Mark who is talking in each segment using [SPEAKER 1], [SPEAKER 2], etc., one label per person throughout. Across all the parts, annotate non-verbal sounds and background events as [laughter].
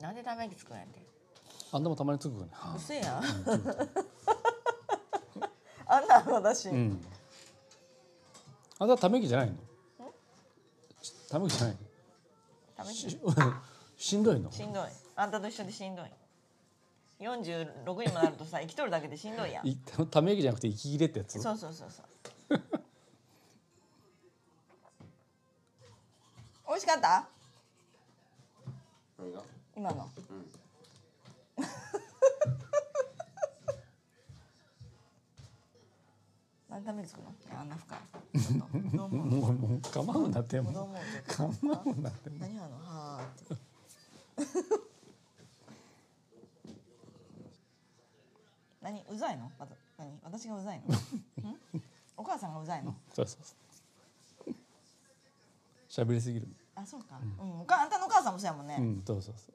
[SPEAKER 1] なんでため息つくんやって
[SPEAKER 2] あんたもたまにつくよね。は
[SPEAKER 1] う
[SPEAKER 2] あ
[SPEAKER 1] せやん [laughs] あんなのだし、
[SPEAKER 2] うん。あんたため息じゃないの。ため息じゃない
[SPEAKER 1] ため
[SPEAKER 2] の。
[SPEAKER 1] 息
[SPEAKER 2] ししんどいの。
[SPEAKER 1] しんどいあんたと一緒でしんどい46にもなるとさ生きとるだけでしんどいやん
[SPEAKER 2] いため息じゃなくて息切れってやつ。
[SPEAKER 1] そうそうそうそう [laughs] 美味しかった
[SPEAKER 3] 何が
[SPEAKER 1] 今の
[SPEAKER 3] うん
[SPEAKER 1] 何のために作るのあんな深いちょっとどう思う
[SPEAKER 2] もうもう構うなっても
[SPEAKER 1] どう思
[SPEAKER 2] う。
[SPEAKER 1] うちょっと
[SPEAKER 2] 構うなってもう。
[SPEAKER 1] 何あのはーって [laughs] 何うざいのまた何私がうざい
[SPEAKER 2] [laughs]
[SPEAKER 1] のんお母さんがうざいの
[SPEAKER 2] そうそうそう。喋りすぎる。
[SPEAKER 1] あそうか、うん、おかあんたのお母さんもそうやもんね、
[SPEAKER 2] うん、そうそうそう。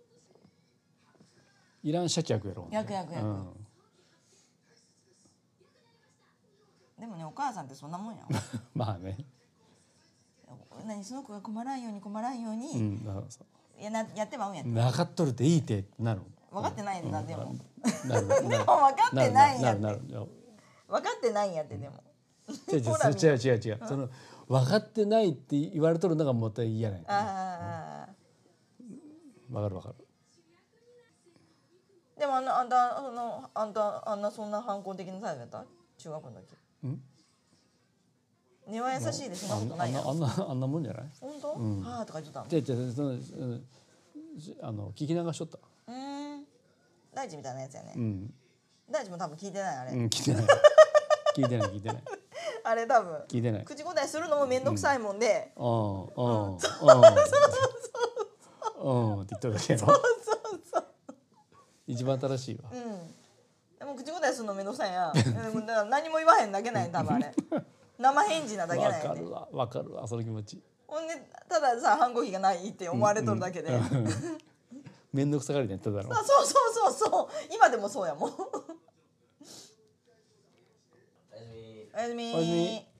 [SPEAKER 2] いらんシャキやくやろ。
[SPEAKER 1] 焼く焼く焼く
[SPEAKER 2] うん [laughs]
[SPEAKER 1] でもねお母さんってそんなもんや
[SPEAKER 2] まあね。
[SPEAKER 1] 何その子が困らんように困らんよう
[SPEAKER 2] う
[SPEAKER 1] に、
[SPEAKER 2] ん、だからさ
[SPEAKER 1] いやなやってまうんやって
[SPEAKER 2] なかっとるでいいってってなる。
[SPEAKER 1] 分かってないんだ、でも
[SPEAKER 2] なる。なる
[SPEAKER 1] で [laughs] も分かってないんやっ
[SPEAKER 2] なる
[SPEAKER 1] て
[SPEAKER 2] なるなる。
[SPEAKER 1] 分かってないんやってでも
[SPEAKER 2] 違う
[SPEAKER 1] ほら見
[SPEAKER 2] 違う違う違う違う。その分かってないって言われとるのがまた嫌ない。
[SPEAKER 1] ああ
[SPEAKER 2] わかるわかる。
[SPEAKER 1] でもあのあんたそのあんたあんなそんな反抗的なタイプやった中学の時
[SPEAKER 2] うん
[SPEAKER 1] 根は優しいでそんなことないやん
[SPEAKER 2] あんなあんなあんなもんじゃない。
[SPEAKER 1] 本当、はあとか言ってたの
[SPEAKER 2] じゃじゃそのうんじあの聞き流しとった。
[SPEAKER 1] うーん大地みたいなやつやね、
[SPEAKER 2] うん。
[SPEAKER 1] 大地も多分聞いてないあれ、
[SPEAKER 2] うん聞いて
[SPEAKER 1] [laughs]
[SPEAKER 2] ない。聞いてない聞いてない
[SPEAKER 1] あれ多分
[SPEAKER 2] 聞い
[SPEAKER 1] [laughs]
[SPEAKER 2] てない。
[SPEAKER 1] 口答えするのも面倒くさいもんで、
[SPEAKER 2] うんうんうん。うんって言っただけやろ。そうそうそう。一番正しいわ。
[SPEAKER 1] でも口答えするの面倒くさいやんうんだから何も言わへんだけない多分
[SPEAKER 2] [laughs]
[SPEAKER 1] あれ生返事なだけ
[SPEAKER 2] わ
[SPEAKER 1] ない
[SPEAKER 2] か
[SPEAKER 1] ね
[SPEAKER 2] るわわかるわその気持ち。
[SPEAKER 1] ほんでたださ反抗期がないって思われとるだけで、あ
[SPEAKER 2] [laughs] めんどくさがりでやっただろ。
[SPEAKER 1] そうそうそうそう今でもそうやも
[SPEAKER 3] お
[SPEAKER 1] ん
[SPEAKER 3] やすみ
[SPEAKER 1] おやすみ
[SPEAKER 2] おやすみ